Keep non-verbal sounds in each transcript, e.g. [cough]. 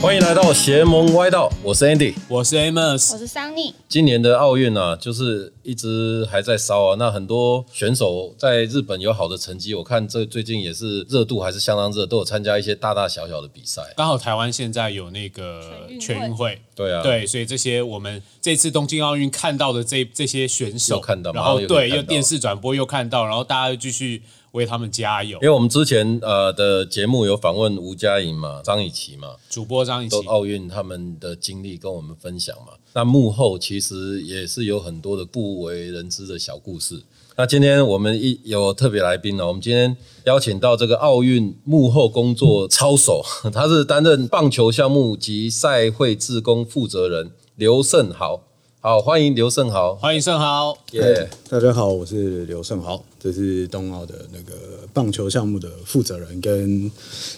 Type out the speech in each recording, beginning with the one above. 欢迎来到邪门歪道，我是 Andy。我是 Amos，我是桑尼，今年的奥运啊，就是一直还在烧啊。那很多选手在日本有好的成绩，我看这最近也是热度还是相当热，都有参加一些大大小小的比赛。刚好台湾现在有那个全运会全运会，对啊，，对，所以这些我们这次东京奥运看到的这这些选手，又看到然马上后又可以对，看又到电视转播又看到，然后大家又继续为他们加油因。为我们之前呃的节目有访问吴佳颖嘛、张以琪嘛，主播张一都奇，奥运他们的经历跟我们分享嘛。那幕后其实也是有很多的不为人知的小故事。那今天我们一有特别来宾哦呢，我们今天邀请到这个奥运幕后工作操手， [laughs] 他是担任棒球项目及赛会志工负责人刘胜豪。好，欢迎刘胜豪。欢迎盛豪。哎耶、大家好，我是刘胜豪，这是冬奥的那个棒球项目的负责人跟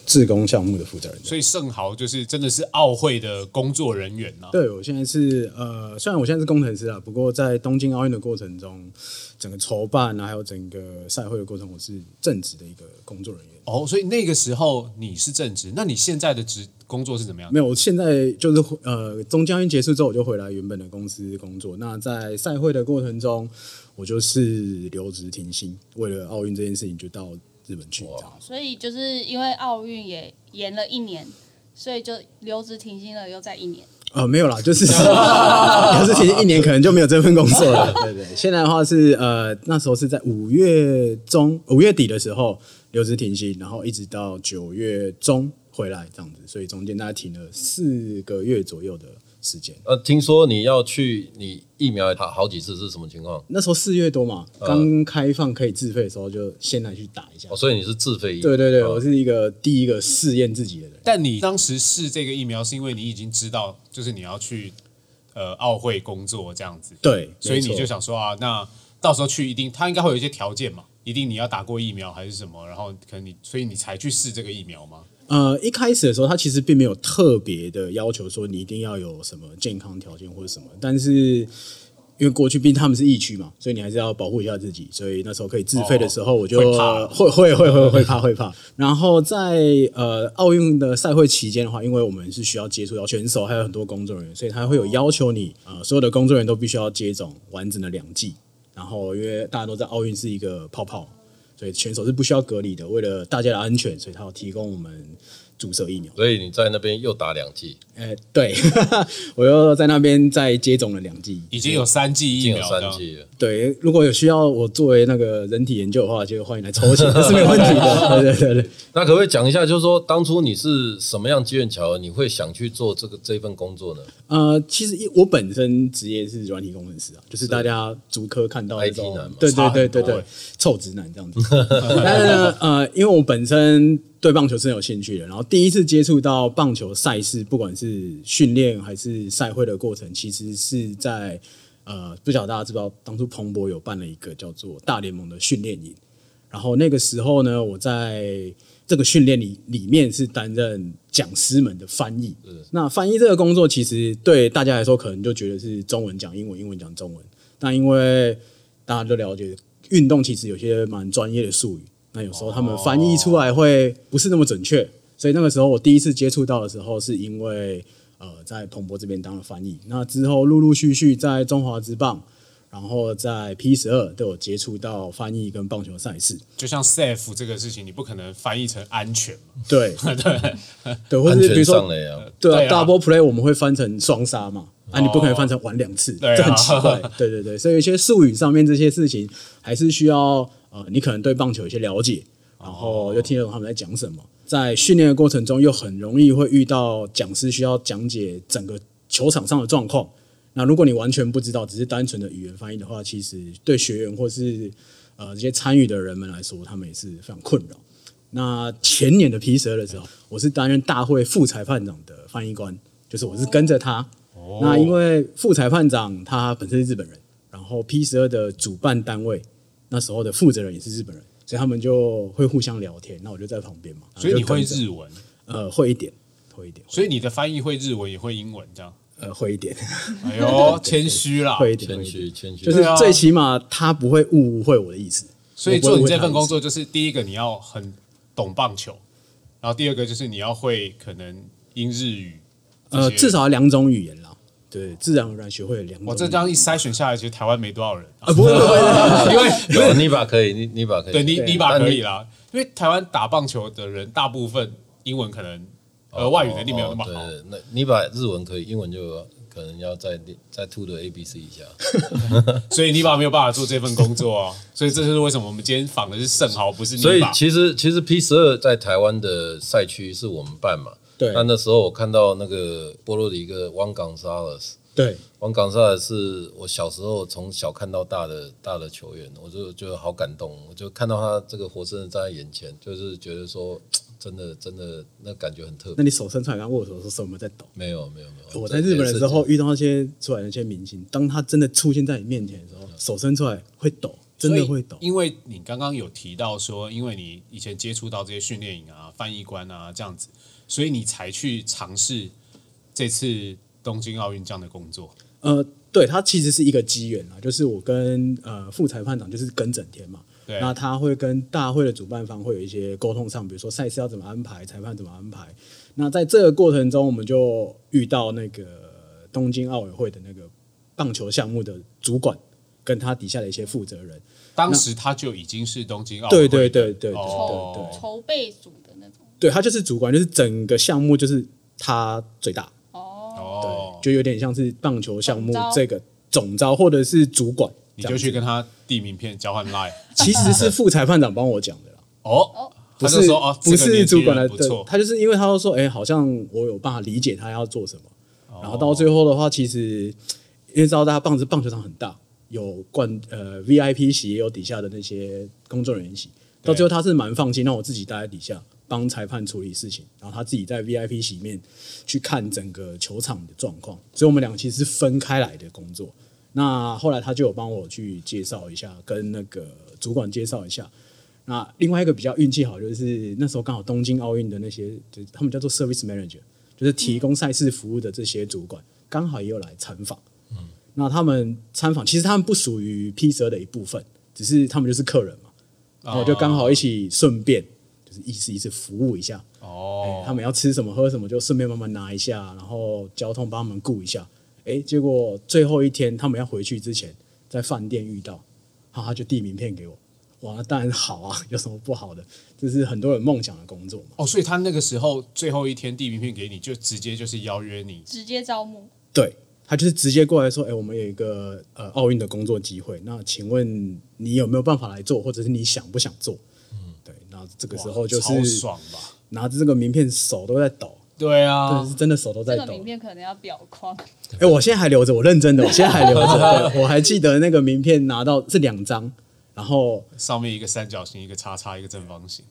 志工项目的负责人。所以盛豪就是真的是奥会的工作人员啊呐、对，我现在是呃，虽然我现在是工程师啊，不过在东京奥运的过程中，整个筹办啊，还有整个赛会的过程，我是正职的一个工作人员。哦，所以那个时候你是正职，那你现在的职工作是怎么样？没有，我现在就是呃，东京奥运结束之后，我就回来原本的公司工作。那在赛会的过程中，我就是留职停薪，为了奥运这件事情，就到日本去这样。所以就是因为奥运也延了一年，所以就留职停薪了，又再一年。呃，没有啦，就是 [laughs] 就是其实一年可能就没有这份工作了。对对，现在的话是呃，那时候是在五月中、五月底的时候留职停薪，然后一直到九月中回来这样子，所以中间大概停了四个月左右的时间。呃，听说你要去你疫苗打好几次是什么情况？那时候四月多嘛，刚开放可以自费的时候，就先来去打一下哦，。所以你是自费疫苗？对对对，哦我是一个第一个试验自己的人。但你当时试这个疫苗，是因为你已经知道，就是你要去呃奥会工作这样子。对，所以你没错就想说啊，那到时候去一定，他应该会有一些条件嘛，一定你要打过疫苗还是什么，然后可能你，所以你才去试这个疫苗吗？呃，一开始的时候，他其实并没有特别的要求说你一定要有什么健康条件或者什么，但是因为过去毕竟他们是疫区嘛，所以你还是要保护一下自己。所以那时候可以自费的时候，哦我就会怕会会会会会怕会怕。然后在呃奥运的赛会期间的话，因为我们是需要接触到选手还有很多工作人员，所以他会有要求你呃所有的工作人员都必须要接种完整的两剂。然后因为大家都在奥运是一个泡泡嘛，所以选手是不需要隔离的。为了大家的安全，所以他要提供我们注射疫苗。所以你在那边又打两剂，呃，对， [laughs] 我又在那边再接种了两剂。已经有三剂已疫经有苗三了，剂了。对，如果有需要我作为那个人体研究的话，就欢迎来抽 [laughs] 血，这是没有问题的。对对对对，那可不可以讲一下，就是说当初你是什么样机缘巧合，你会想去做这个这份工作呢呃，其实一我本身职业是软体工程师啊，就是大家足科看到那 IT 种男嘛，对差对很对多对欸对，臭直男这样子。 [laughs] 但是呢，呃，因为我本身对棒球是很有兴趣的，然后第一次接触到棒球赛事，不管是训练还是赛会的过程，其实是在呃，不晓得大家知不知道，当初彭博有办了一个叫做大联盟的训练营，然后那个时候呢，我在这个训练里里面是担任讲师们的翻译。那翻译这个工作，其实对大家来说，可能就觉得是中文讲英文，英文讲中文。那因为大家都了解，运动其实有些蛮专业的术语，那有时候他们翻译出来会不是那么准确。所以那个时候我第一次接触到的时候，是因为呃在彭博这边当了翻译，那之后陆陆续续在中华职棒。然后在 P 十二都有接触到翻译跟棒球赛事，就像 safe 这个事情，你不可能翻译成安全 [laughs] 嘛，对对，对，或安者是比全如上说垒啊，对对啊哦啊，double play 我们会翻成双杀嘛，啊，你不可能翻成玩两次，对啊这很奇 [laughs] 怪。对对对，所以有些术语上面这些事情还是需要呃，你可能对棒球有些了解，然哦后又听得懂他们在讲什么。在训练的过程中，又很容易会遇到讲师需要讲解整个球场上的状况。那如果你完全不知道，只是单纯的语言翻译的话，其实对学员或是呃这些参与的人们来说，他们也是非常困扰。那前年的 P 十二的时嗯候，我是担任大会副裁判长的翻译官，就是我是跟着他。哦那因为副裁判长他本身是日本人，然后 P 十二的主办单位那时候的负责人也是日本人，所以他们就会互相聊天。那我就在旁边嘛，所以你然后会就跟着日文，呃会一点，会一点，所以你的翻译会日文也会英文， [laughs] 这样，呃会一点，哎呦，谦虚啦，会一点，谦会一点虚谦虚。就是对啊最起码他不会误会我的意思。所以我不做会你误会这他的份意工思作，就是第一个你要很懂棒球，然后第二个就是你要会可能英日语，呃，些至少要两种语言啦，对，自然而然学会了两种语言。我哦这张一筛选下来，其实台湾没多少人啊啊，不会不会不会， [laughs] 因 [laughs] 为有你把可以，你你把可以，对你对你把但可你以啦，因为台湾打棒球的人大部分英文可能呃外语能力没有那么哦好，对那你把日文可以，英文就可能要再再吐的 A B C 一下。所以你爸没有办法做这份工作啊，所以这就是为什么我们今天访的是盛豪，不是你所以爸。其实其实 P 十二在台湾的赛区是我们办嘛。对那那时候我看到那个波罗的一个 Juan Gonzalez，对，王冈萨是我小时候从小看到大的大的球员，我就觉得好感动，我就看到他这个活生生站在眼前，就是觉得说，真的真的那感觉很特那别。你手伸出来刚握手的时候，手有没有在抖？没有没有没有，哦我在日本的时候这也是，遇到那些出来的一些明星，当他真的出现在你面前的时嗯候，手伸出来会抖，真的会抖所以。因为你刚刚有提到说，因为你以前接触到这些训练营啊、翻译官啊这样子，所以你才去尝试这次东京奥运这样的工作。呃，对，它其实是一个机缘啦，就是我跟呃副裁判长就是跟整天嘛，对那他会跟大会的主办方会有一些沟通上，比如说赛事要怎么安排，裁判怎么安排。那在这个过程中，我们就遇到那个东京奥委会的那个棒球项目的主管，跟他底下的一些负责人。当时他就已经是东京奥运对会对的对对对哦对筹筹备组的那种。对，对他就是主管，就是整个项目就是他最大。哦，哦，就有点像是棒球项目总招这个总招或者是主管，你这样就子去跟他递名片交换 line 其实是副裁判长帮我讲的啦，哦，不他是就说哦，这不个是年轻主管人的，不对错，他就是因为他就说，哎、好像我有办法理解他要做什么，哦然后到最后的话，其实因为知道大家棒子棒球场很大，有冠呃 VIP 席，也有底下的那些工作人员席，到最后他是蛮放心让我自己待在底下帮裁判处理事情，然后他自己在 VIP 席里面去看整个球场的状况，所以我们俩其实是分开来的工作。那后来他就有帮我去介绍一下，跟那个主管介绍一下。那另外一个比较运气好，就是那时候刚好东京奥运的那些，就是他们叫做 service manager，就是提供赛事服务的这些主管，刚好也有来参访。那他们参访，其实他们不属于 P 蛇的一部分，只是他们就是客人嘛，然后就刚好一起顺便就是意思意思服务一下，哎哦，他们要吃什么喝什么就顺便帮忙拿一下，然后交通帮他们顾一下。哎，结果最后一天他们要回去之前，在饭店遇到，好，他就递名片给我，哇，那当然好啊，有什么不好的？这是很多人梦想的工作嘛。哦，所以他那个时候最后一天递名片给你，就直接就是邀约你直接招募。对他就是直接过来说，哎，我们有一个呃奥运的工作机会，那请问你有没有办法来做，或者是你想不想做？嗯，对，那这个时候就哇超是爽吧？拿着这个名片，手都在抖，对真啊的是，真的手都在这个抖名。片可能要裱框，哎、我现在还留着，我认真的，我现在还留着。对我还记得那个名片拿到是两张，然后上面一个三角形，一个叉叉，一个正方形。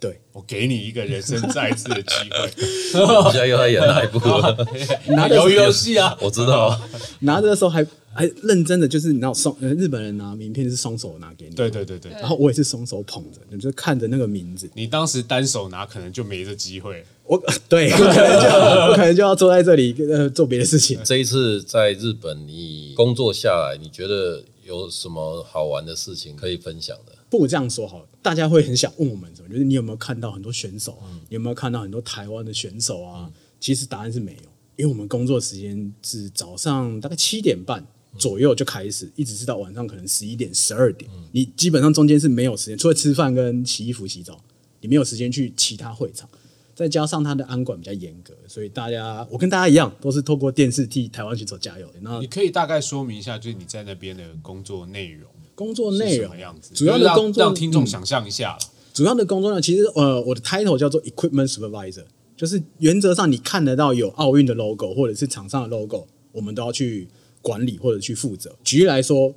对我给你一个人 [laughs] 生再次的机会， [laughs] 你现在又在演哪一部？ [laughs] 拿游着游戏啊！我知道，拿着的时候还还认真的，就是你知道双呃日本人拿名片是双手拿给你，对。对对对，然后我也是双手捧着，你就看着那个名字，你当时单手拿可能就没这机会。我 [laughs] 对我可能就 [laughs] 我可能就要坐在这里呃做别的事情。这一次在日本你工作下来，你觉得有什么好玩的事情可以分享的？不如这样说好了，大家会很想问我们什么，就是你有没有看到很多选手啊？嗯你有没有看到很多台湾的选手啊？其实答案是没有，因为我们工作时间是早上大概七点半嗯左右就开始，一直是到晚上可能十一点、十二点，嗯你基本上中间是没有时间，除了吃饭跟洗衣服、洗澡，你没有时间去其他会场。再加上他的安管比较严格，所以大家我跟大家一样，都是透过电视替台湾选手加油的。那你可以大概说明一下，就是你在那边的工作内容工作是内什容么样子，主要就是的让工作让听众嗯想象一下啦。主要的工作呢，其实呃，我的 title 叫做 equipment supervisor，就是原则上你看得到有奥运的 logo 或者是厂商的 logo，我们都要去管理或者去负责。举例来说，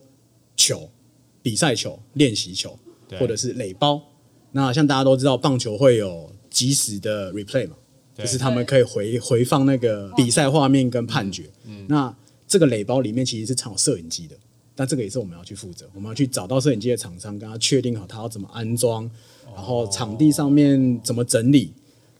球、比赛球、练习球对，或者是垒包。那像大家都知道，棒球会有及时的 replay 嘛，对就是他们可以回回放那个比赛画面跟判决。嗯那这个垒包里面其实是藏有摄影机的，但这个也是我们要去负责，我们要去找到摄影机的厂商，跟他确定好他要怎么安装，哦然后场地上面怎么整理，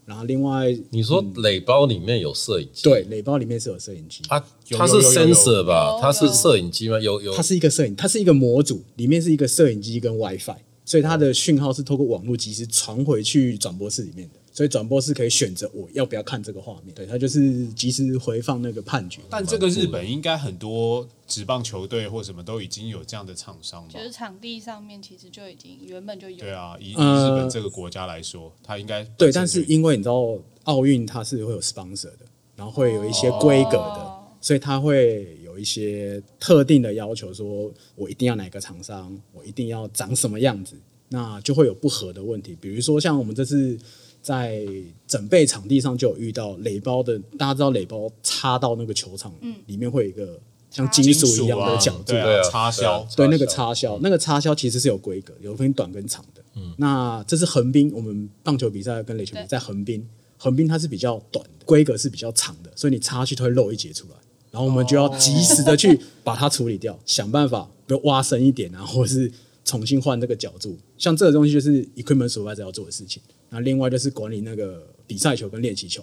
然后另外你说垒包里面有摄影机，嗯对垒包里面是有摄影机，它有它是有有有有 sensor 吧有？它是有摄影机吗？有有它是一个摄影，它是一个模组，里面是一个摄影机跟 WiFi，所以它的讯号是透过网络及时传回去转播室里面的。所以转播是可以选择我要不要看这个画面，对，它就是及时回放那个判决。但这个日本应该很多职棒球队或什么都已经有这样的厂商吧就？是场地上面其实就已经原本就有，对啊，以以呃日本这个国家来说，它应该本对，身但是就因为你知道奥运它是会有 sponsor 的，然后会有一些规格的，哦所以它会有一些特定的要求，说我一定要哪个厂商，我一定要长什么样子，那就会有不合的问题。比如说像我们这次在整备场地上就有遇到垒包的，大家知道垒包插到那个球场、里面会有一个像插嗯金金属一样的啊角度，对对啊，啊插销嗯对，那个插销，那个插销其实是有规格，有分短跟长的。嗯，那这是横滨，我们棒球比赛跟垒球比赛对在横滨，横滨它是比较短的，规格是比较长的，所以你插下去它会漏一截出来，然后我们就要及时的去把它处理掉，想办法，比如挖深一点啊，或者是重新换这个角度。像这个东西就是 equipment supervisor 要做的事情。那另外就是管理那个比赛球跟练习球，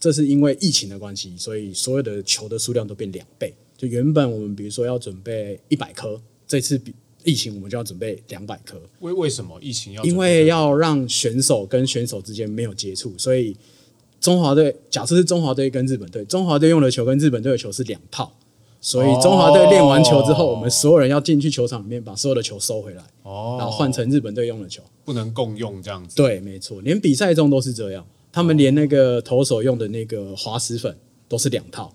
这是因为疫情的关系，所以所有的球的数量都变两倍。就原本我们比如说要准备一百颗，这次比疫情我们就要准备两百颗，为为什么疫情要因准备为要让选手跟选手之间没有接触，所以中华队假设是中华队跟日本队，中华队用的球跟日本队的球是两套，所以中华队练完球之后，哦我们所有人要进去球场里面把所有的球收回来，哦，然后换成日本队用的球。不能共用这样子，对，没错，连比赛中都是这样。他们哦连那个投手用的那个滑石粉都是两套，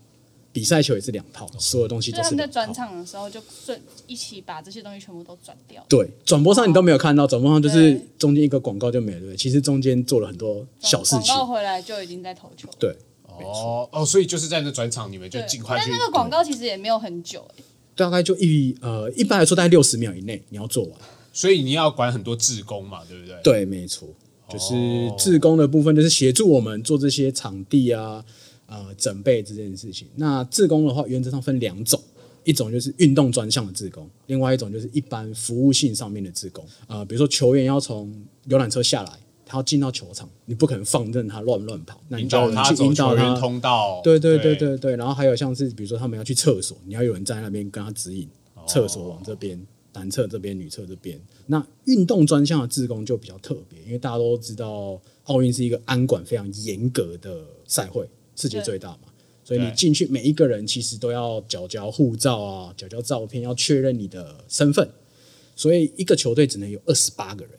比赛球也是两套，所有东西所都以他是们在两转套。场的时候就顺一起把这些东西全部都转掉。对，转播上你都没有看到，转播上就是哦对中间一个广告就没了。对不对其实中间做了很多小事广情告。回来就已经在投球了。对，哦哦，所以就是在那转场你们就对，尽快但去那个广告其实也没有很久、欸，大概就一呃，一般来说大概六十秒以内你要做完。所以你要管很多志工嘛，对不对？对，没错，就是志工的部分，就是协助我们做这些场地啊、呃准备这件事情。那志工的话，原则上分两种，一种就是运动专项的志工，另外一种就是一般服务性上面的志工。呃，比如说球员要从游览车下来，他要进到球场，你不可能放任他乱乱跑，那你引就要有导人他去走引导球员他。通道，对对对对对，然后还有像是比如说他们要去厕所，你要有人在那边跟他指引厕所往这边，男厕这边，女厕这边。那运动专项的志工就比较特别，因为大家都知道奥运是一个安管非常严格的赛会，世界最大嘛，所以你对进去每一个人其实都要缴交护照啊，缴交照片，要确认你的身份。所以一个球队只能有二十八个人，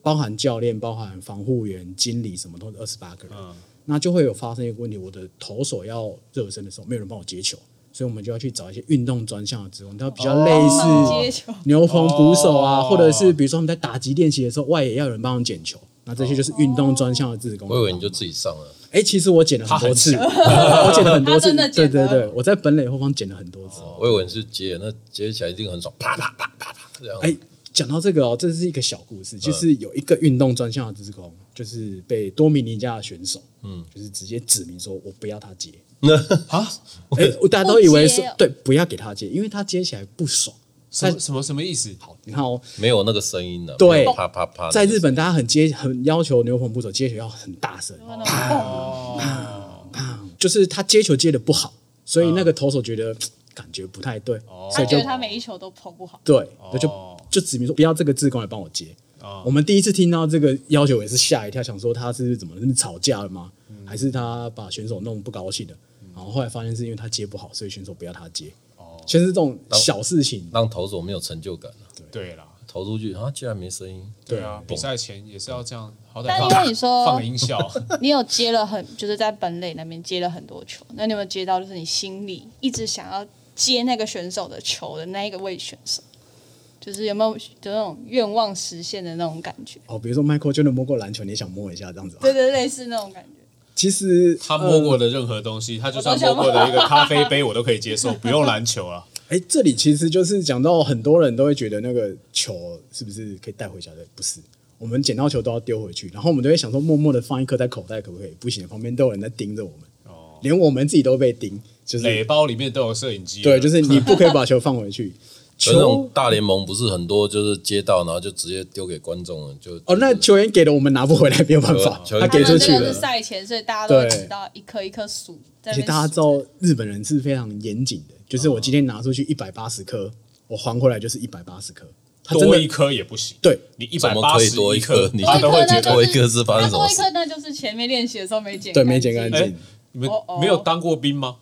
包含教练、包含防护员、经理什么都是二十八个人。嗯那就会有发生一个问题，我的投手要热身的时候，没有人帮我接球，所以我们就要去找一些运动专项的职工，他比较类似、帮忙接球。牛棚捕手啊，哦或者是比如说他们在打击练习的时候，外野要有人帮忙捡球。那这些就是运动专项的自工。我以为你就自己上了，哎、其实我捡了很多次，他我捡了很多 [laughs] 他次，真的对捡对了对，我在本垒后方捡了很多次。我以为你哦是接，那接起来一定很爽，啪啪啪啪啪这样。哎、讲到这个哦，这是一个小故事，就是有一个运动专项的职工，就是被多米尼加的选手，嗯，就是直接指明说我不要他 [laughs] 接，啊，哎、我大家都以为说不接哦对，不要给他接，因为他接起来不爽。什么什么什么意思？好，你看哦，没有那个声音了，啊对没有啪啪啪。在日本大家很接很要求牛棚捕手接球要很大声，然后那种哦就是他接球接的不好，所以那个投手觉得嘖感觉不太对，所他以就觉得他每一球都投不好，对，他就哦就指明说不要这个志工来帮我接。我哦，们第一次听到这个要求也是吓一跳，想说他是怎么是吵架了吗？嗯还是他把选手弄不高兴了？然后后来发现是因为他接不好，所以选手不要他接。哦全是这种小事情，让投手没有成就感啊对啦，投出去啊，竟然没声音。对啊，比赛前也是要这样，好歹但放因为你说放音 [laughs] 效，你有接了很，就是在本垒那边接了很多球，那你有没有接到就是你心里一直想要接那个选手的球的那一个位选手，就是有没有就那种愿望实现的那种感觉？哦，比如说 Michael 就能摸过篮球，你也想摸一下这样子啊。对对，类似那种感觉。其实他摸过的任何东西，他就算摸过的一个咖啡杯，我都可以接受，不用篮球啊。哎，这里其实就是讲到很多人都会觉得那个球是不是可以带回家的？不是，我们捡到球都要丢回去，然后我们都会想说，默默的放一颗在口袋可不可以？不行，旁边都有人在盯着我们，哦，连我们自己都被盯，就垒是包里面都有摄影机了，对，就是你不可以把球放回去。可是那种球大联盟不是很多，就是接到然后就直接丢给观众了，就哦，那就是球员给的我们拿不回来，没有办法，球球啊他员给出去他们这个是了。赛前，所以大家都会对知道一颗一颗数。在那而且边大家数知道日本人是非常严谨的，就是我今天拿出去一百八十颗，我还回来就是一百八十颗。他真多的一颗也不行。对，你一怎百么八可以十多一颗颗，你他多都会觉那得就多一颗是发生什么多一事颗那就是前面练习的时候没剪，对没剪干净哎，你们哦哦没有当过兵吗？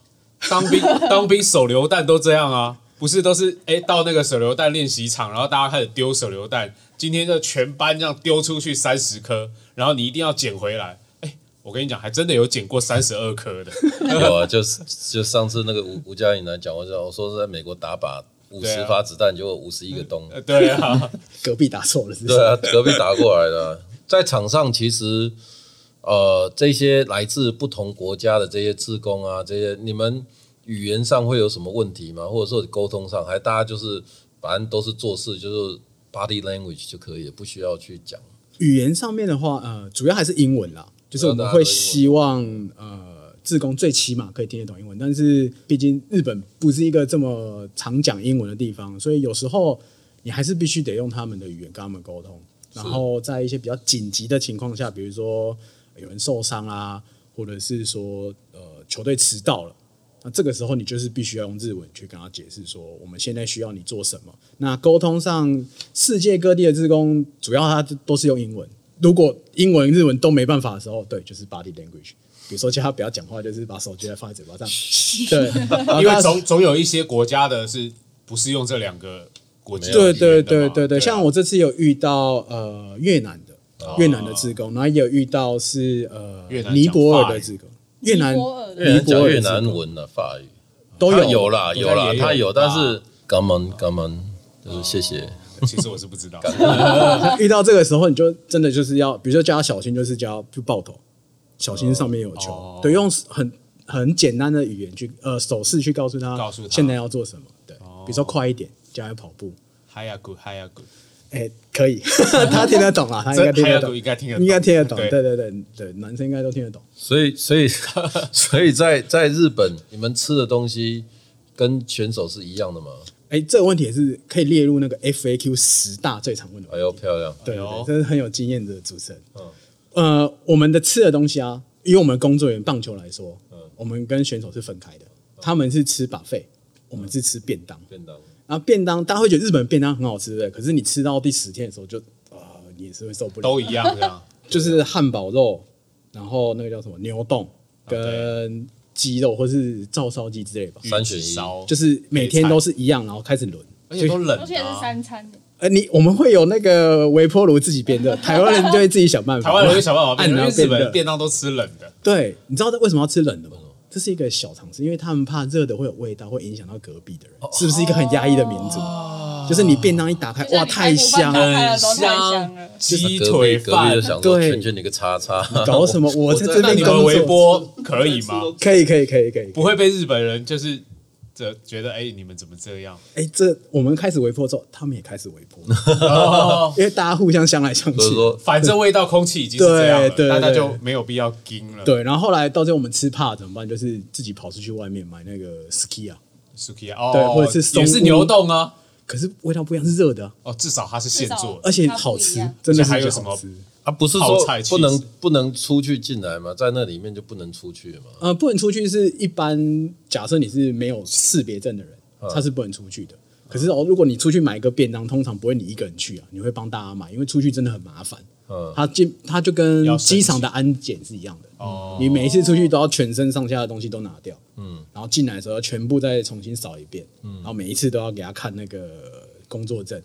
当兵当兵手榴弹都这样啊，不是都是哎到那个手榴弹练习场，然后大家开始丢手榴弹，今天就全班这样丢出去三十颗，然后你一定要捡回来。哎，我跟你讲，还真的有捡过三十二颗的， [laughs] 有啊， [laughs] 就是就上次那个吴吴佳颖来讲，我说我说是在美国打靶，五对十啊发子弹就五十一个洞，呃对啊，隔壁打错了，是不是对啊， [laughs] 隔壁打过来的啊。在场上其实，呃，这些来自不同国家的这些志工啊，这些你们语言上会有什么问题吗？或者说沟通上，还大家就是反正都是做事就是 body language 就可以了，不需要去讲。语言上面的话，呃，主要还是英文啦，就是我们会希望呃，志工最起码可以听得懂英文，但是毕竟日本不是一个这么常讲英文的地方，所以有时候你还是必须得用他们的语言跟他们沟通。然后在一些比较紧急的情况下，比如说有人受伤啊，或者是说呃球队迟到了。那这个时候你就是必须要用日文去跟他解释说，我们现在需要你做什么。那沟通上，世界各地的职工主要他都是用英文。如果英文、日文都没办法的时候，对，就是 body language。比如说叫他不要讲话，就是把手机在放在嘴巴上，对，然后因他为总总有一些国家的是不是用这两个国家？对对对对对，像我。我这次有遇到呃越南的哦越南的职工，然后也有遇到是呃越南讲尼泊尔法的语职工，越南尼泊尔的越南讲国越也是南文啊，法语都他有有啦应有该啦也，有他有，啊吧但是感恩感恩，就是谢谢。其实我是不知道， [laughs] 遇到这个时候，你就真的就是要，比如说叫他小心，就是叫他就爆头，小心上面有球，哦对，用很很简单的语言去呃手势去告诉他，告诉他哦现在要做什么，对，比如说快一点，叫他跑步，嗨呀古嗨呀古，哎、[laughs] 可以，他听得懂啦，他应该这听嗨呀得古懂应，该听得懂，应该听得懂，对对对对对，男生应该都听得懂。所以，所以， [laughs] 所以在在日本，你们吃的东西跟选手是一样的吗？哎、这个问题也是可以列入那个 FAQ 十大最常问的哎问题呦，漂亮！对对哎呦对，这是很有经验的主持人。呃，我们的吃的东西啊，以我们工作人员棒球来说，我们跟选手是分开的，他们是吃 buffet，我们是吃便当。便当然后便当，大家会觉得日本便当很好吃，对不对？可是你吃到第十天的时候就，啊，你也是会受不了。都一样这 [laughs] 样。就是汉堡肉，然后那个叫什么牛冻跟鸡肉，或是照烧鸡之类吧，三选一玉子烧就是每天都是一样，然后开始轮。而且都冷、啊，而且是三餐，呃，你我们会有那个微波炉自己变 [laughs] 热，台湾人就会自己想办法。台湾人有哦想办法变，按因然为日后变本热。便当都吃冷的，对，你知道为什么要吃冷的吗？这是一个小常识，因为他们怕热的会有味道，会影响到隔壁的人，哦是不是一个很压抑的民族？就是你便当一打开，就像哇，你排骨太饭香打 [laughs] 了！开的时候太香了香。鸡隔腿壁隔壁饭就。想说对圈圈你个叉叉，[laughs] 搞什么我在这边那你们工作微波可以 [laughs] 吗？可以，可以，可以，可以。不会被日本人就是这觉得哎、你们怎么这样？哎，这我们开始微波之后，他们也开始微波， [laughs] 哦，因为大家互相相来相所去以。说反正味道空气已经是这样了，对对大家对就没有必要盯了。对，然后后来到最后我们吃怕怎么办？就是自己跑出去外面买那个 ski 啊， ，Suki 哦，对或者是松也屋是牛冻啊，可是味道不一样，是热的啊、哦，至少它是现做的而且好吃它，真的而且还有是什么好吃。啊，不是泡说菜 cheese 不能不能出去进来吗？在那里面就不能出去吗？呃，不能出去是一般，假设你是没有识别证的人，嗯他是不能出去的。可是哦，如果你出去买一个便当，通常不会你一个人去啊，你会帮大家买，因为出去真的很麻烦。嗯，他进，他就跟要申请机场的安检是一样的。哦你每一次出去都要全身上下的东西都拿掉，嗯，然后进来的时候要全部再重新扫一遍，嗯，然后每一次都要给他看那个工作证，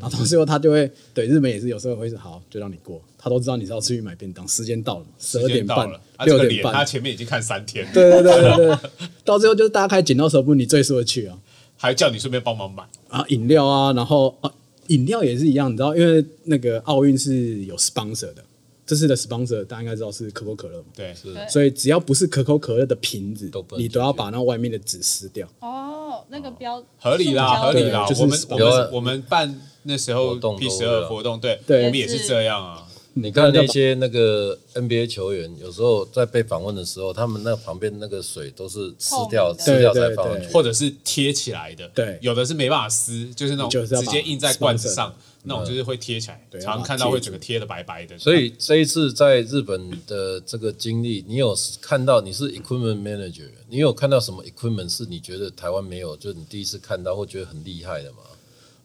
然后到最后他就会 [laughs] 对日本也是有时候会是好就让你过，他都知道你是要出去买便当，时间到了嘛，十二时点间到半了，啊，这六个点脸他半，前面已经看三天，对对对对对，到最后就是大家开始剪刀手布，你最说的去啊还叫你顺便帮忙买，啊饮料啊，然后啊饮料也是一样，你知道，因为那个奥运是有 sponsor 的，这次的 sponsor 大家应该知道是可口可乐嘛。对，是所以只要不是可口可乐的瓶子都不，能你都要把那外面的纸撕掉。哦，那个标合理啦，合塑胶的理啦。对就是我们我有啊们我们办那时候活动 P 都十会二啊活动，对，对我们也也是是这样啊。你看那些那个 NBA 球员，有时候在被访问的时候，他们那旁边那个水都是撕掉透明的撕掉才放上对对去，或者是贴起来的，对有的是没办法撕，就是那种就是要直把接印在罐子 sponsor 上，那种就是会贴起来，对常要常把看它到贴会住整个贴的白白的。所以这一次在日本的这个经历，你有看到你是 equipment manager，你有看到什么 equipment 是你觉得台湾没有，就是你第一次看到或觉得很厉害的吗？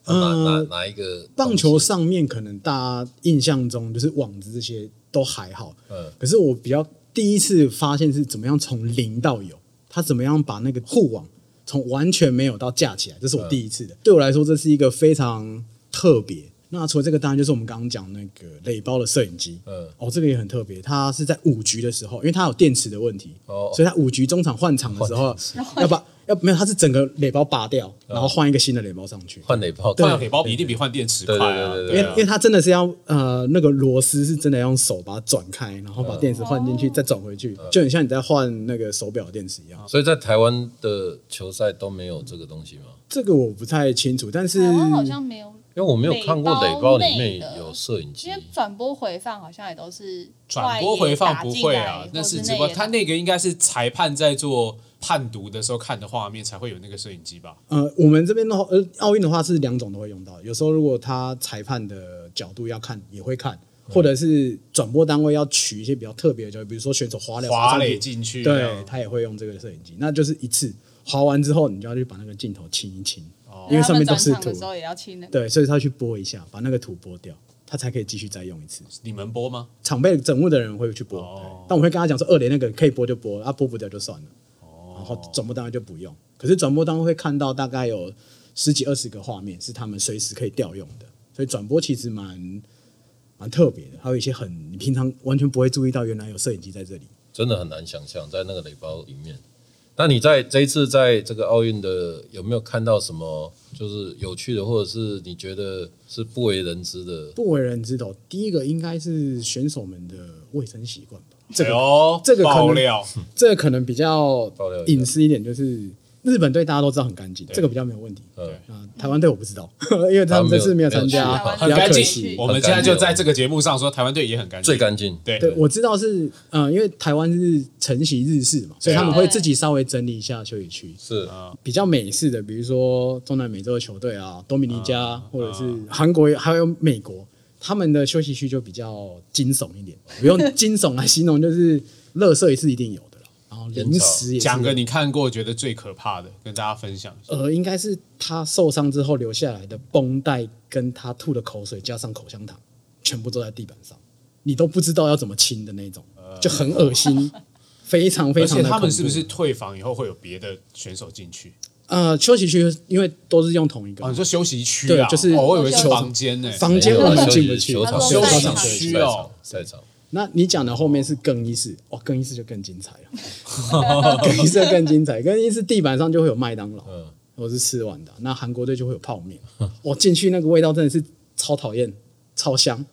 啊哪哪呃哪一个棒球东西上面可能大家印象中就是网子这些都还好，嗯可是我比较第一次发现是怎么样从零到有，他怎么样把那个护网从完全没有到架起来，这是嗯我第一次的。对我来说，这是一个非常特别。那除了这个，当然就是我们刚刚讲那个垒包的摄影机，嗯哦，这个也很特别。它是在五局的时候，因为它有电池的问题，哦所以它五局中场换场的时候，要把要没有，它是整个垒包拔掉，嗯然后换一个新的垒包上去。换垒炮，换铁包比一定比换电池快啊！对对对对因为啊因为它真的是要呃那个螺丝是真的要用手把它转开，然后把电池换进去，再转回去，嗯就很像你在换那个手表的电池一样。所以在台湾的球赛都没有这个东西吗？这个我不太清楚，但是台湾好像没有，因为我没有看过垒垒包包里内面的有摄影机因为，转播回放好像也都是转播回放不会啊外野打进来，那是或直内播。野他那个应该是裁判在做判读的时候看的画面才会有那个摄影机吧？呃，我们这边的话，呃，奥运的话是两种都会用到。有时候如果他裁判的角度要看，也会看，嗯或者是转播单位要取一些比较特别的角度，比如说选手滑垒滑上垒去进去这对样他也会用这个摄影机。那就是一次滑完之后，你就要去把那个镜头清一清，哦因为上面都是他们转场图的。时候也要清那个。对，所以他去拨一下，把那个图拨掉，他才可以继续再用一次。你们播吗？场被整物的人会去拨，哦对但我会跟他讲说，二连那个可以拨就拨，啊拨不掉就算了。然后转播单位就不用，可是转播单位会看到大概有十几二十个画面是他们随时可以调用的，所以转播其实蛮蛮特别的，还有一些很你平常完全不会注意到，原来有摄影机在这里。真的很难想象在那个垒包里面。那你在这一次在这个奥运的有没有看到什么就是有趣的，或者是你觉得是不为人知的？不为人知的哦，第一个应该是选手们的卫生习惯吧，这个哎呦这个可能爆料，这个可能比较爆料一下隐私一点，就是日本队大家都知道很干净，这个比较没有问题。嗯，啊，台湾队我不知道， [laughs] 因为他们这次没有参加，他们哦很比较干可净惜。。我们现在就在这个节目上说，台湾队也很干净，最干净，对对，我知道是，呃，因为台湾是承袭日式嘛，所以他们会自己稍微整理一下休息区，是比较美式的，比如说中南美洲的球队啊，多米尼加或者是韩国，还有美国，他们的休息区就比较惊悚一点，不用惊悚来形容，就是垃圾也是一定有的啦，然后零食也是讲个你看过觉得最可怕的，跟大家分享一下。呃，应该是他受伤之后留下来的绷带，跟他吐的口水加上口香糖，全部都在地板上，你都不知道要怎么清的那种，就很恶心，非常非呃而常且的。他们是不是？退房以后会有别的选手进去？呃，休息区因为都是用同一个哦，你说休息区对啊？，就是哦我以为是球场房间呢。房间没有根啊本休息进不去。球场休息区赛哦场赛场，那你讲的后面是更衣室，哦，更衣室就更精彩了， [laughs] 更衣室更精彩，更衣室地板上就会有麦当劳，嗯，我是吃完的。啊那韩国队就会有泡面，我进去那个味道真的是超讨厌，超香，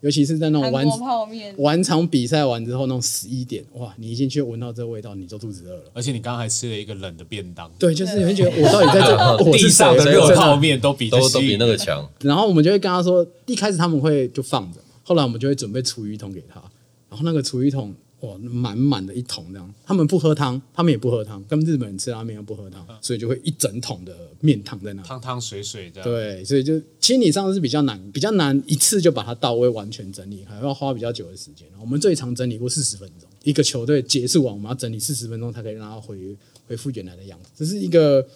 尤其是在那种韩晚国泡面，晚场比赛完之后那种十一点，哇，你一进去闻到这味道，你就肚子饿了。而且你刚刚还吃了一个冷的便当，对，就是你会觉得我到底在 [laughs] 这哦我地是谁上的热谁泡面都比这都都吸比引那个强，然后我们就会跟他说，一开始他们会就放着，后来我们就会准备厨余桶给他，然后那个厨余桶哇满满的一桶这样，他们不喝汤，他们也不喝汤，跟日本人吃拉面又不喝汤，所以就会一整桶的面汤在那。汤汤水水这样。对，所以就清理上是比较难，比较难一次就把它到位完全整理，还要花比较久的时间。我们最长整理过四十分钟，一个球队结束完，我们要整理四十分钟才可以让它回恢复原来的样子。这是一个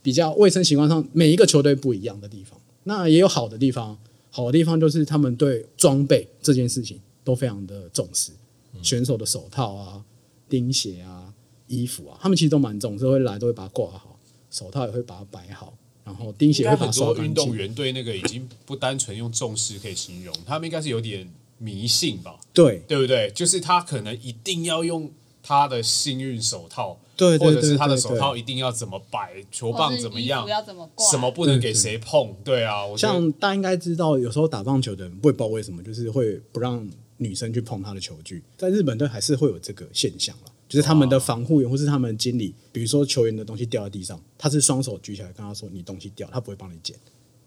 比较卫生习惯上每一个球队不一样的地方。那也有好的地方，好的地方就是他们对装备这件事情都非常的重视，嗯选手的手套啊、钉鞋啊、衣服啊，他们其实都蛮重视，会来都会把它挂好，手套也会把它摆好。然后钉应鞋该会把很它刷多干运净。动员对那个已经不单纯用重视可以形容，他们应该是有点迷信吧，对对不对？就是他可能一定要用他的幸运手套，对对对或者是他的对对手套一定要怎么摆，球或棒是怎么衣样服，要怎么挂，什么不能给谁碰，对啊，我觉得像大家应该知道，有时候打棒球的人不知道为什么，就是会不让女生去碰她的球具。在日本队还是会有这个现象了，就是他们的防护员或是他们的经理，比如说球员的东西掉在地上，他是双手举起来跟他说：“你东西掉。”他不会帮你捡，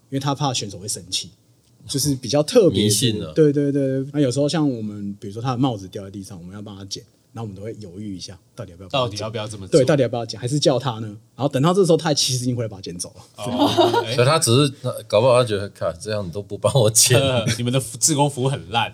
因为他怕选手会生气。就是比较特别的迷信啊对对对。那有时候像我们，比如说他的帽子掉在地上，我们要帮他捡，然后我们都会犹豫一下，到底要不要，到底要不要这么做？对，到底要不要剪，还是叫他呢？然后等到这时候，他其实已经回来把它剪走了。哦哎所以他只是那搞不好他觉得，看这样你都不帮我 [laughs] 剪，呃你们的服自工服务很 [laughs] 烂，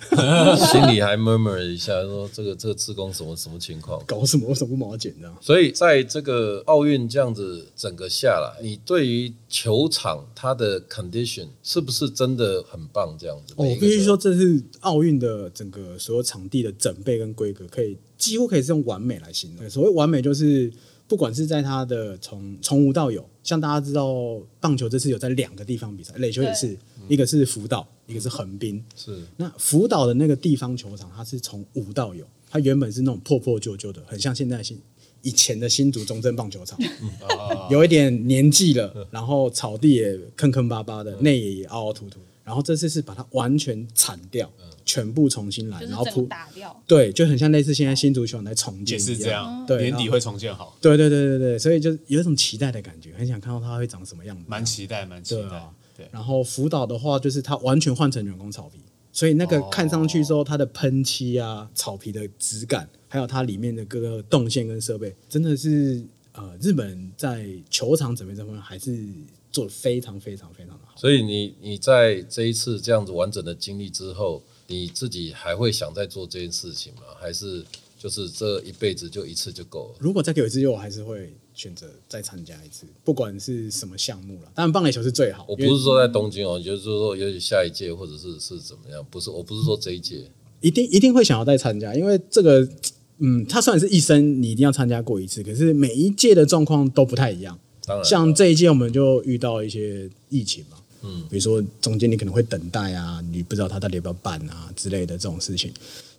心里还 murmur 一下，说这个这个志工什么什么情况？搞什么？为什么不帮我剪这样？所以在这个奥运这样子整个下来，你对于球场它的 condition 是不是真的很棒？这样子，哦，每我一个必须球说，这是奥运的整个所有场地的整备跟规格，可以几乎可以是用完美来形容。对所谓完美，就是不管是在它的从从无到有，像大家知道棒球这次有在两个地方比赛，垒球也是，一个是福岛，一个是横滨。是那福岛的那个地方球场，它是从无到有，它原本是那种破破旧旧的，很像现在新以前的新竹中正棒球场，嗯 [laughs] 有一点年纪了，然后草地也坑坑巴巴嗯的，内野也凹凹凸凸，然后这次是把它完全铲掉，嗯全部重新来，就是然后整个铺，打掉。对，就很像类似现在新竹球场在重建也是一这样，嗯对，年底然后会重建好，对对对对对，所以就有一种期待的感觉，很想看到它会长什么样子，蛮期待，蛮期对待啊。对，然后福岛的话，就是它完全换成人工草皮，所以那个看上去之后，它的喷漆啊、草皮的质感，还有它里面的各个动线跟设备，真的是呃，日本人在球场准备这方面还是做的非常非常非常的好。所以你你在这一次这样子完整的经历之后，你自己还会想再做这件事情吗？还是就是这一辈子就一次就够了？如果再给我一次机会，我还是会选择再参加一次，不管是什么项目了。当然，棒垒球是最好，我不因为是说在东京哦，就是说也许下一届或者是是怎么样，不是我不是说这一届，一定一定会想要再参加，因为这个，嗯，它虽然是一生你一定要参加过一次，可是每一届的状况都不太一样。当然像这一届我们就遇到一些疫情嘛，嗯嗯，比如说中间你可能会等待啊，你不知道他到底要不要办啊之类的这种事情。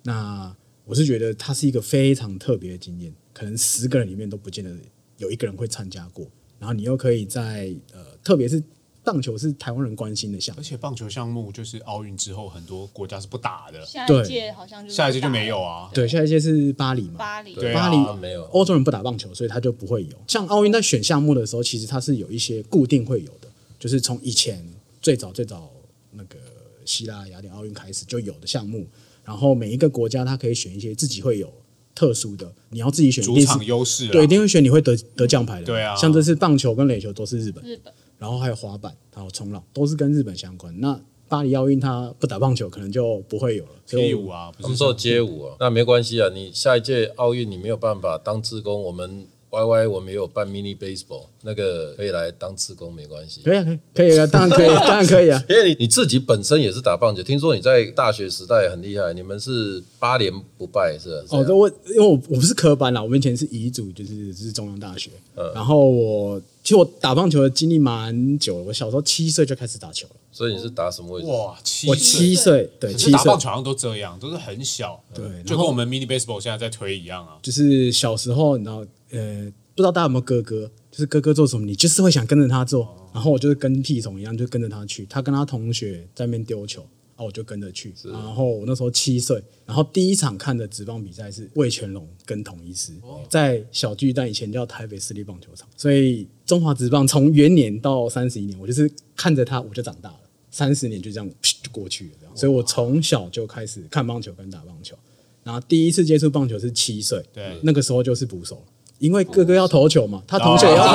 那我是觉得它是一个非常特别的经验，可能十个人里面都不见得有一个人会参加过，然后你又可以在呃，特别是棒球是台湾人关心的项目而，且棒球项目就是奥运之后很多国家是不打的，下一对届好像就是下一届就没有啊。对，下一届是巴黎嘛，巴黎，对巴啊黎没有欧洲人不打棒球，所以他就不会有。像奥运在选项目的时候，其实它是有一些固定会有的，就是从以前最早最早那个希腊雅典奥运开始就有的项目，然后每一个国家它可以选一些自己会有特殊的，你要自己选，一主定场是优势啊对，一定会选你会得得奖牌的。对啊像这次棒球跟垒球都是日本，日本然后还有滑板，还有冲浪，都是跟日本相关。那巴黎奥运它不打棒球，可能就不会有了。所以第我五啊，他不们是说街舞啊，那没关系啊，你下一届奥运你没有办法当志工，我们 YY 我们也有办 mini baseball，那个可以来当志工没关系。可以啊，可以，可以啊，当然可以，当然可以啊。因为你你自己本身也是打棒球，听说你在大学时代很厉害，你们是八连不败是吧？这啊哦，这样我因为我我不是科班啦，我们以前是乙组，就是就是中央大学。嗯然后我其实我打棒球的经历蛮久了，我小时候七岁就开始打球了，所以你是打什么位置？哇，七我岁七岁，对，可七是打岁棒球好像都这样，都是很小，对然后就跟我们 mini baseball 现在在推一样啊。就是小时候，你知道，呃，不知道大家有没有哥哥，就是哥哥做什么，你就是会想跟着他做。然后我就是跟屁虫一样，就跟着他去。他跟他同学在那边丢球，啊，我就跟着去。然后我那时候七岁，然后第一场看的职棒比赛是魏全龙跟统一师，在小巨蛋以前叫台北市立棒球场。所以中华职棒从元年到三十一年，我就是看着他，我就长大了。三十年就这样 [laughs] 就过去了，这样。所以我从小就开始看棒球跟打棒球。然后第一次接触棒球是七岁，对哦那个时候就是捕手，因为哥哥要投球嘛，他同学也要投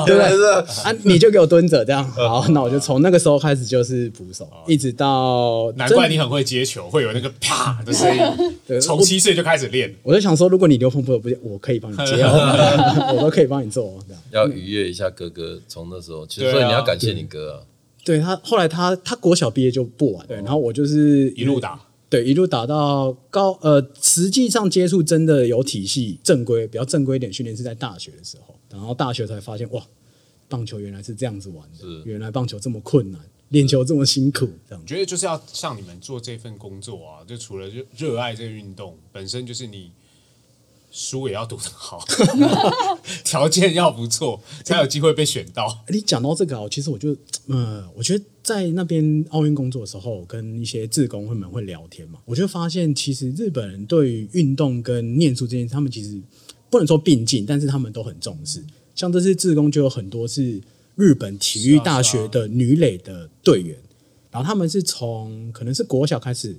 球， [laughs] 对不对？啊，你就给我蹲着这样，好，那我就从那个时候开始就是捕手，一直到哦难怪真你很会接球，会有那个啪的声音。 [laughs] 对从我七岁就开始练，我就想说，如果你流风不得不接，我可以帮你 [laughs] 接哦，我都可以帮你做哦。这样，要愉悦一下哥哥，从那时候，其实对啊所以你要感谢你哥啊。对他后来他他国小毕业就不玩，对，然后我就是一路打，对，一路打到高，呃，实际上接触真的有体系正规，比较正规一点训练是在大学的时候，然后大学才发现哇，棒球原来是这样子玩是的，原来棒球这么困难，练球这么辛苦，这样我觉得就是要像你们做这份工作啊，就除了热热爱这个运动本身，就是你书也要读得 [laughs] 好，条件要不错，才有机会被选到。你讲到这个啊，其实我就呃，我觉得在那边奥运工作的时候，跟一些志工会们会聊天嘛，我就发现其实日本人对于运动跟念书之间，他们其实不能说并进，但是他们都很重视。像这次志工就有很多是日本体育大学的女垒的队员，然后他们是从可能是国小开始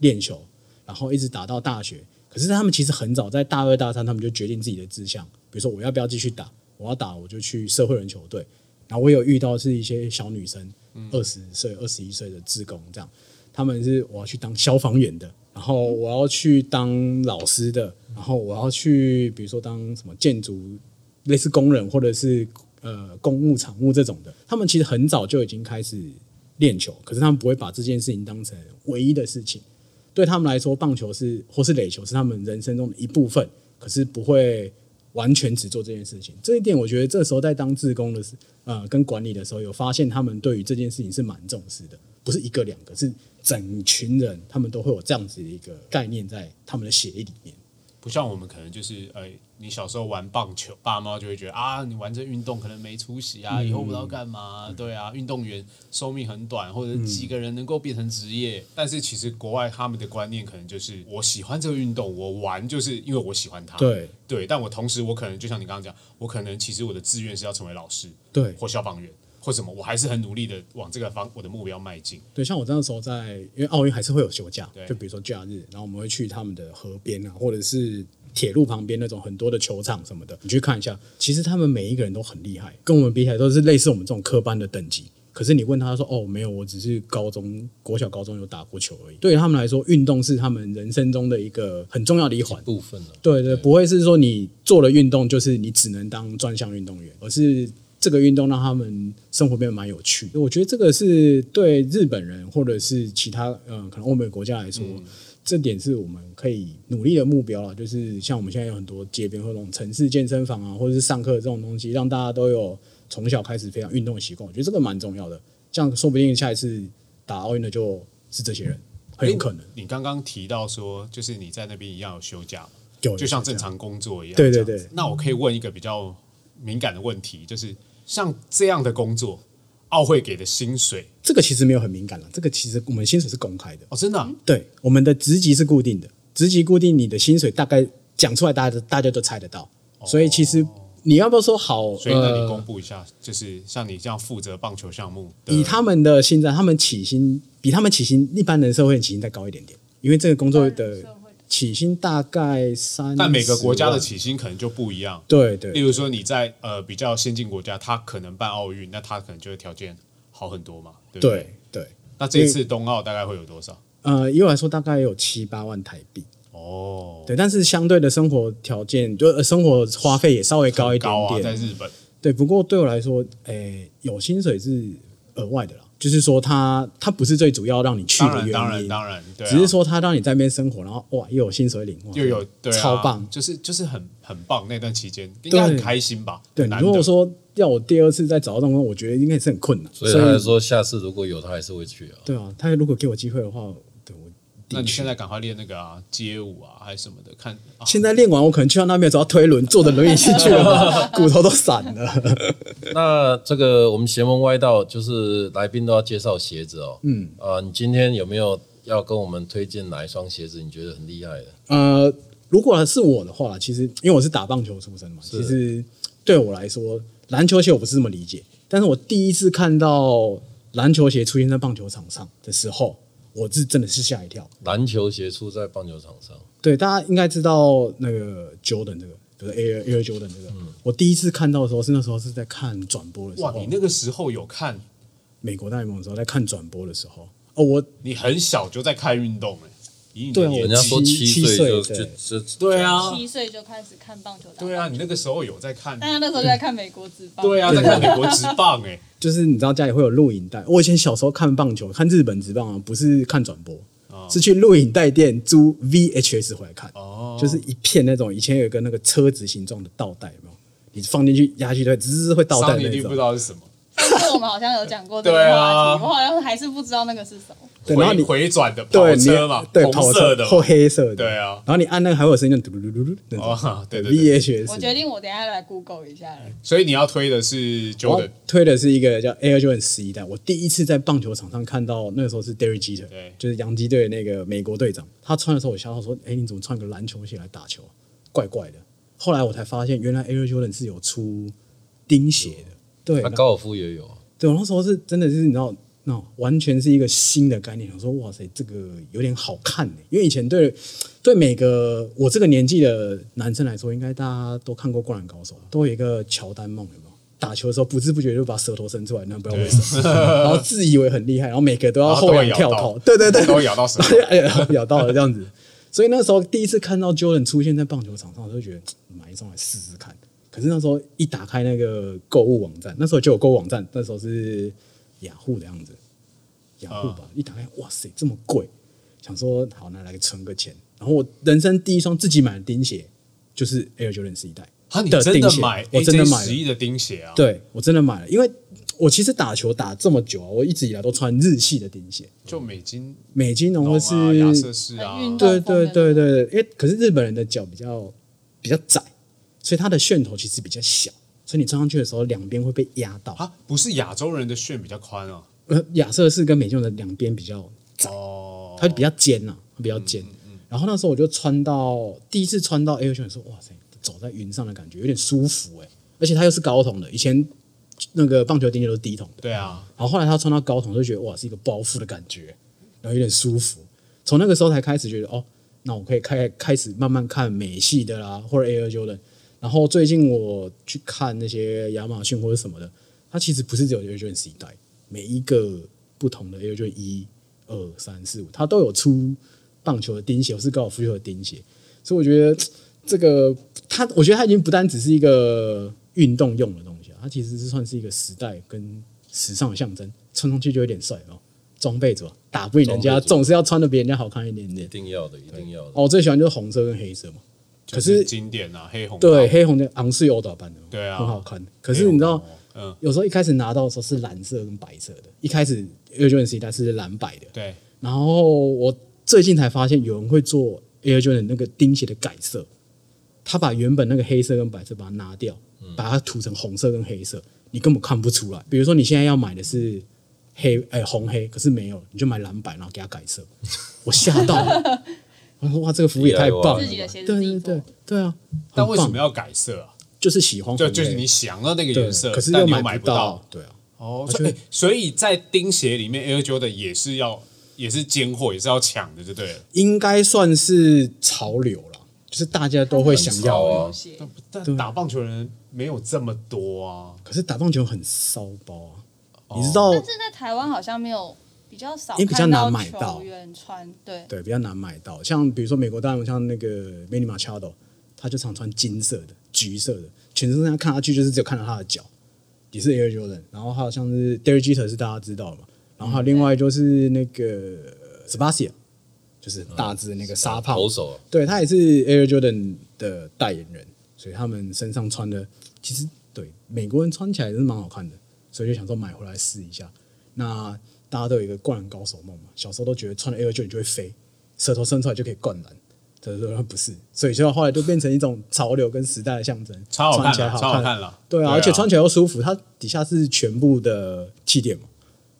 练球，然后一直打到大学。可是他们其实很早在大二大三，他们就决定自己的志向，比如说我要不要继续打，我要打我就去社会人球队。然后我有遇到是一些小女生，二十岁、二十一岁的志工这样，他们是我要去当消防员的，然后我要去当老师的，然后我要去比如说当什么建筑类似工人或者是呃公务场务这种的，他们其实很早就已经开始练球，可是他们不会把这件事情当成唯一的事情。对他们来说，棒球是或是垒球是他们人生中的一部分，可是不会完全只做这件事情。这一点，我觉得这时候在当志工的时，呃，跟管理的时候，有发现他们对于这件事情是蛮重视的，不是一个两个，是整群人，他们都会有这样子的一个概念在他们的血液里面。不像我们可能就是呃，你小时候玩棒球，爸妈就会觉得啊，你玩这运动可能没出息啊，以后不知嗯道干嘛。对啊，运动员寿命很短，或者几个人能够变成职业。但是其实国外他们的观念可能就是，我喜欢这个运动，我玩就是因为我喜欢它。对对，但我同时我可能就像你刚刚讲，我可能其实我的志愿是要成为老师，对或消防员。或什么，我还是很努力的往这个方我的目标迈进。对，像我那时候在，因为奥运还是会有休假对，就比如说假日，然后我们会去他们的河边啊，或者是铁路旁边那种很多的球场什么的，你去看一下，其实他们每一个人都很厉害，跟我们比起来都是类似我们这种科班的等级。可是你问他他说：“哦，没有，我只是高中、国小、高中有打过球而已。”对于他们来说，运动是他们人生中的一个很重要的一环。部分啊了、对对，不会是说你做了运动就是你只能当专项运动员，而是这个运动让他们生活变得蛮有趣。我觉得这个是对日本人或者是其他呃可能欧美国家来说，嗯这点是我们可以努力的目标了。就是像我们现在有很多街边或那种城市健身房啊，或者是上课这种东西，让大家都有从小开始培养运动的习惯，我觉得这个蛮重要的。这样说不定下一次打奥运的就是这些人，很有可能。你刚刚提到说，就是你在那边一样有休假嘛，有就像正常工作一样。对对这样子对那我可以问一个比较敏感的问题，就是像这样的工作，奥会给的薪水这个其实没有很敏感了，这个其实我们薪水是公开的。哦，真的啊、对，我们的职级是固定的，职级固定，你的薪水大概讲出来，大家大家都猜得到。所以其实你要不要说好？哦所以那你呃公布一下，就是像你这样负责棒球项目的，以他们的现在，他们起薪比他们起薪一般人社会起薪再高一点点，因为这个工作的起薪大概三，但每个国家的起薪可能就不一样。对例对如说你在呃比较先进国家，他可能办奥运，那他可能就会条件好很多嘛，对不对对，那这一次冬奥大概会有多少？呃，以我来说大概有七八万台币，哦，对，但是相对的生活条件就、呃生活花费也稍微高一点高啊，点，在日本。对，不过对我来说，诶，有薪水是额外的啦，就是说它它不是最主要让你去当的然，原因，当然，当然，对啊、只是说它让你在那边生活，然后哇，又有薪水领，哇又有对、啊，超棒。就是就是很很棒那段期间，应该很开心吧？对，很你难得如果说要我第二次再找到这种工作，我觉得应该也是很困难。所以他还说下次如果有，他还是会去啊。对啊，他如果给我机会的话，对我一那定你去现在赶快练那个啊，街舞啊，还是什么的，看啊，现在练完，我可能去到那边，只要推轮，坐着轮椅进去了 [laughs] 吧，骨头都散了。 [laughs] 那这个我们邪门歪道就是来宾都要介绍鞋子哦。嗯，啊，你今天有没有要跟我们推荐哪一双鞋子？你觉得很厉害的？呃，如果是我的话，其实因为我是打棒球出身嘛，其实对我来说，篮球鞋我不是这么理解。但是我第一次看到篮球鞋出现在棒球场上的时候，我是真的是吓一跳。篮球鞋出在棒球场上，对，大家应该知道那个 Jordan 这个，就是 Air Air Jordan 这个。我第一次看到的时候是那时候是在看转播的嗯时哇，候，你那个时候有看，美国大联盟的时候在看转播的时候，哦，我你很小就在看运动哎、以你的对啊人年纪家说七七岁就七就岁就对啊，七岁就开始看棒球打，对啊，你那个时候有在看，大家那时候就在看美国职棒，对啊，在看美国职棒哎、就是你知道家里会有录影带，我以前小时候看棒球，看日本职棒啊，不是看转播，是去录影带店租 VHS 回来看，哦就是一片那种以前有一个那个车子形状的倒带，有没有？你放进去压下去，对，滋会 [laughs] 倒带上一的那定不知种。道是什么，上次我们好像有讲过这个对话啊题，我好像还是不知道那个是什么。对，然后回你回转的跑对你车嘛，对红跑色车的嘛或黑色的，对啊然后你按那个还会有声音，嘟噜噜噜噜那种。哦，对对对， VHS，我决定我等一下来 Google 一下了。所以你要推的是我 Jordan，推的是一个叫 Air Jordan 十一代，我第一次在棒球场上看到，那个时候是 Derek Jeter，对就是洋基队的那个美国队长，他穿的时候我吓到说，哎、你怎么穿个篮球鞋来打球啊、怪怪的。后来我才发现，原来 Air Jordan 是有出钉鞋的，对，他然后高尔夫也有啊。对，我那时候是真的是你知道，那完全是一个新的概念。我说哇塞，这个有点好看呢、欸因为以前对对每个我这个年纪的男生来说，应该大家都看过《灌篮高手》，啊都有一个乔丹梦，有没有？打球的时候不知不觉就把舌头伸出来，那不知道为什么， [laughs] 然后自以为很厉害，然后每个都要然后后都会仰咬跳到投，对对对，都会咬到舌头哎呀， [laughs] 咬到了这样子。所以那时候第一次看到 Jordan 出现在棒球场上，我就觉得嗯买一双来试试看。可是那时候一打开那个购物网站，那时候就有购物网站，那时候是雅虎的样子，雅虎啊吧，一打开，哇塞，这么贵，想说好，那来存个钱。然后我人生第一双自己买的钉鞋就是 Air Jordan 十一代啊，你的真钉的鞋买？哎我真的买了十一的钉鞋啊？，对我真的买了，因为我其实打球打这么久啊，我一直以来都穿日系的钉鞋，就美金美津浓龙或啊、是、亚瑟士啊哎，运动对对对对，因为可是日本人的脚比较比较窄，所以它的楦头其实比较小，所以你穿上去的时候两边会被压到。啊，不是亚洲人的楦比较宽啊。呃，亚瑟士跟美津浓的两边比较哦，嗯它比较尖呐、它比较尖。然后那时候我就穿到第一次穿到 Air Jordan，说哇塞，走在云上的感觉有点舒服哎、而且它又是高筒的，以前那个棒球钉鞋都是低筒的。对啊，然后后来他穿到高筒就觉得哇是一个包覆的感觉，然后有点舒服。从那个时候才开始觉得哦，那我可以开开始慢慢看美系的啦，或者 Air Jordan。然后最近我去看那些亚马逊或者什么的，它其实不是只有 Air Jordan 十一代，每一个不同的 Air Jordan 一、二、三、四、五，它都有出棒球的钉鞋，或是高尔夫球的钉鞋。所以我觉得这个它，我觉得它已经不单只是一个运动用的东西啊，它其实是算是一个时代跟时尚的象征，穿上去就有点帅哦。装备组啊打不赢人装家，备组总是要穿的比人家好看一点点一。定要的，一定要的。哦，我最喜欢就是红色跟黑色嘛。就可是是经典啊，黑红对，黑黑红的昂是有打扮的，对啊很好看。可是你知道红，高哦，有时候一开始拿到的时候是蓝色跟白色的，一开始 Air Jordan 时代是蓝白的嗯，，对，然后我最近才发现有人会做 Air Jordan 那个钉鞋的改色，他把原本那个黑色跟白色把它拿掉，嗯把它涂成红色跟黑色，你根本看不出来。比如说你现在要买的是黑哎、红黑，可是没有，你就买蓝白，然后给它改色，我吓到 [laughs] 了。我说哇，这个服务也太棒了吧！自己的鞋子对自己对做对对啊！但很为什棒么要改色啊？就是喜欢就红就是黑你想要那个对颜色，可是但又你又买不到，，对啊，哦，我所觉以、得欸所以在钉鞋里面，Air Jordan 也是要也是尖货，也是要抢的，就对了。应该算是潮流了，就是大家都会想很要潮啊啊。球鞋但但打棒球人没有这么多啊，可是打棒球很骚包哦啊，你知道但是在台湾好像没有比较少，因为比较难买到球员穿，对，对比较难买到，像比如说美国大联盟像那个 Manny Machado，他就常穿金色的、橘色的，全身上看下去就是只有看到他的脚，也是 Air Jordan。然后还有像是 Derek Jeter 是大家知道的嘛，然后还有另外就是那个 s e b a s t i a 就是大只的那个沙炮投手啊对他也是 Air Jordan 的代言人，所以他们身上穿的其实对美国人穿起来真是蛮好看的，所以就想说买回来试一下。那大家都有一个灌篮高手梦嘛，小时候都觉得穿了 Air Jordan 就会飞，舌头伸出来就可以灌篮。可是不是，所以就后来就变成一种潮流跟时代的象征，超好看穿啊起来超好看看了对对啊，啊而且穿起来又舒服，它底下是全部的气垫嘛，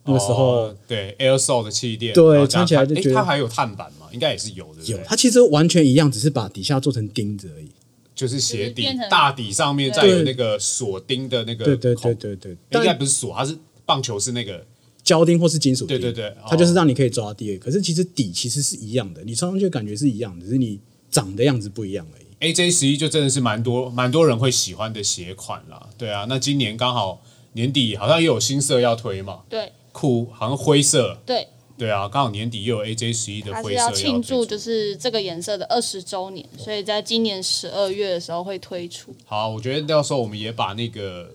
那个时候哦对 Air Soul 的气垫，对然后加穿起来就碳觉诶得它还有碳板嘛，应该也是有的，对不对有，它其实完全一样，只是把底下做成钉子而已。就是鞋就是底变成大底上面再对有那个锁钉的那个对对孔对对对，应该但不是锁，它是棒球是那个胶钉或是金属钉，对对哦对它就是让你可以抓地而已。可是其实底其实是一样的，你穿上去的感觉是一样的，只是你长的样子不一样而已。 AJ 十一就真的是蛮多蛮多人会喜欢的鞋款啦，对啊，那今年刚好年底好像又有新色要推嘛，对酷好像灰色，对，对啊，刚好年底又有 AJ 十一的它灰是色要推庆祝出就是这个颜色的二十周年，所以在今年十二月的时候会推出。好，我觉得到时候我们也把那个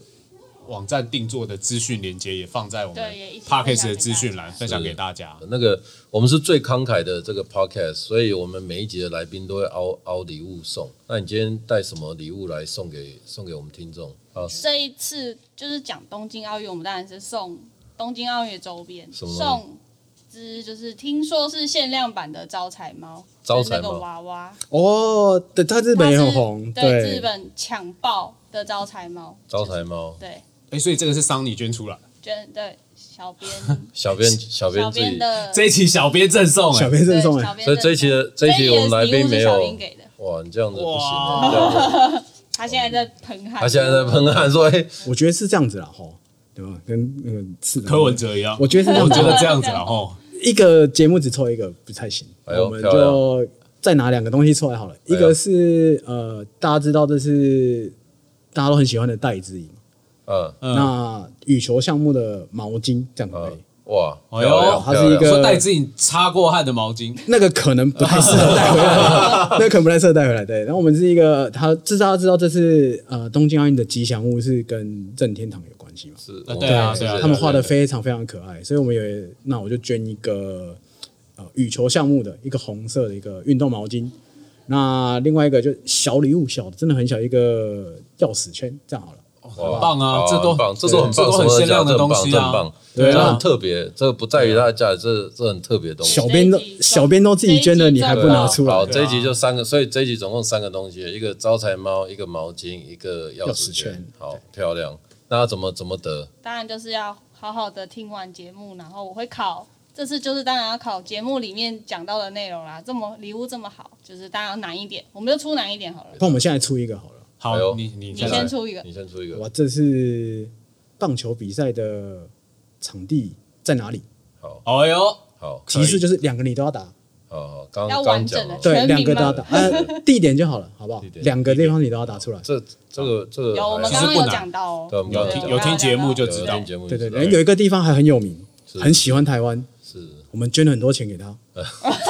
网站定做的资讯连接也放在我们对也一起 podcast 的分享给大家资讯栏，分享给大家。那个我们是最慷慨的这个 podcast，所以我们每一集的来宾都会凹凹礼物送。那你今天带什么礼物来送给送给我们听众啊？这一次就是讲东京奥运，我们当然是送东京奥运的周边，什么送只就是听说是限量版的招财猫，招财猫就是那个娃娃，哦，对，它日日本也很红，对日本抢爆的招财猫，招财猫，对，哎，所以这个是桑尼捐出来，捐对小 [laughs] 编小编小编小自己编。的这一期小编赠送小哎，编对赠送小哎，编所的以这一期的这一期我们来宾没这一期的礼物是小有编给的，哇，你这样子不行哇啊，这样子他现在在喷汗，他现在在，喷汗说，哎，我觉得是这样子啦，吼。对吧？跟那个市长柯文，哲一样。我觉得是这样我子觉得这样子啊 [laughs] 了吼，一个节目只抽一个不太行，哎呦我们漂亮就再拿两个东西出来哎好了。一个是呃，大家知道这是大家都很喜欢的袋子椅嘛，嗯嗯那羽球项目的毛巾这样可以嗯。，哇，哎呦漂亮它是一个漂亮说戴志颖擦过汗的毛巾，那个可能不太适合带回来，那个可能不太适合带回来。对，然后我们是一个，他至少他知道这次呃东京奥运的吉祥物是跟任天堂有关系嘛？是啊对啊对啊他们画的非常非常可爱，所以我们有那我就捐一个呃羽球项目的一个红色的一个运动毛巾，那另外一个就小礼物小的，真的很小一个钥匙圈，这样好了。哇很棒啊，好这都很棒，这都很棒，这都什很么都限量讲这很的东棒西这很啊棒。，对啊这很特别，这个不在于它的价值，这这很特别的东西。啊小编都这一集小编都自己捐了，你还不拿出来？好，对这啊一集就三个，所以这一集总共三个东西，一个招财猫，一个毛巾，一个钥钥匙匙圈圈。好，漂亮。那要怎么怎么得？当然就是要好好的听完节目，然后我会考。这次就是当然要考节目里面讲到的内容啦，这么礼物这么好，就是当然要难一点，我们就出难一点好了。那我们现在出一个好了。哎好，呦你你你再先来，出一个你先出一个哇，。这是棒球比赛的场地在哪里？好，哎呦，好，可以其实就是两个你都要打，好，好，刚要刚完刚整讲的了，对，全两名个都要吗 [laughs] 打，呃，地点就好了，好不好地？点两个地方你都要打出来。这这个这个有，我还们刚好其刚实有不难讲到哦，对我们刚有刚对听讲有听节目就有知听道，节目就对对知道哎对，有一个地方还很有名，是很喜欢台湾，是我们捐了很多钱给他，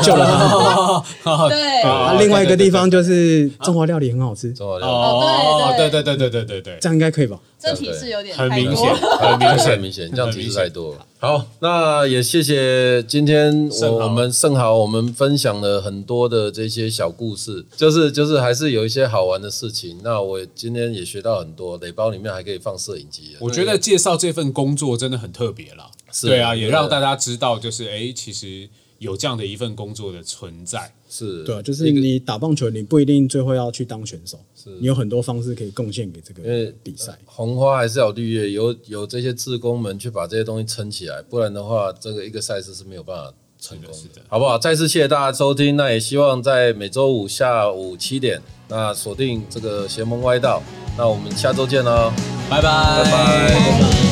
救了他。对，啊，哦另外一个地方就是中华料理很好吃，中华料理哦哦，对对对对对对对对，这样应该可以吧？这题是有点很太明多显，了很明太显，明显，这样提示太多了。好，那也谢谢今天盛豪我我们盛豪，我们分享了很多的这些小故事，就是就是还是有一些好玩的事情。那我今天也学到很多，垒包里面还可以放摄影机了。啊我觉得介绍这份工作真的很特别啦，是对啊，对也让大家知道，就是哎，诶其实有这样的一份工作的存在。是，对啊，就是你打棒球，你不一定最后要去当选手，你有很多方式可以贡献给这因为个比赛。红花还是要有绿叶，有有这些志工们去把这些东西撑起来，不然的话，这个一个赛事是没有办法成功是的是的好不好？再次谢谢大家收听，那也希望在每周五下午七点，那锁定这个邪门歪道，那我们下周见喽，哦拜拜拜，拜。拜拜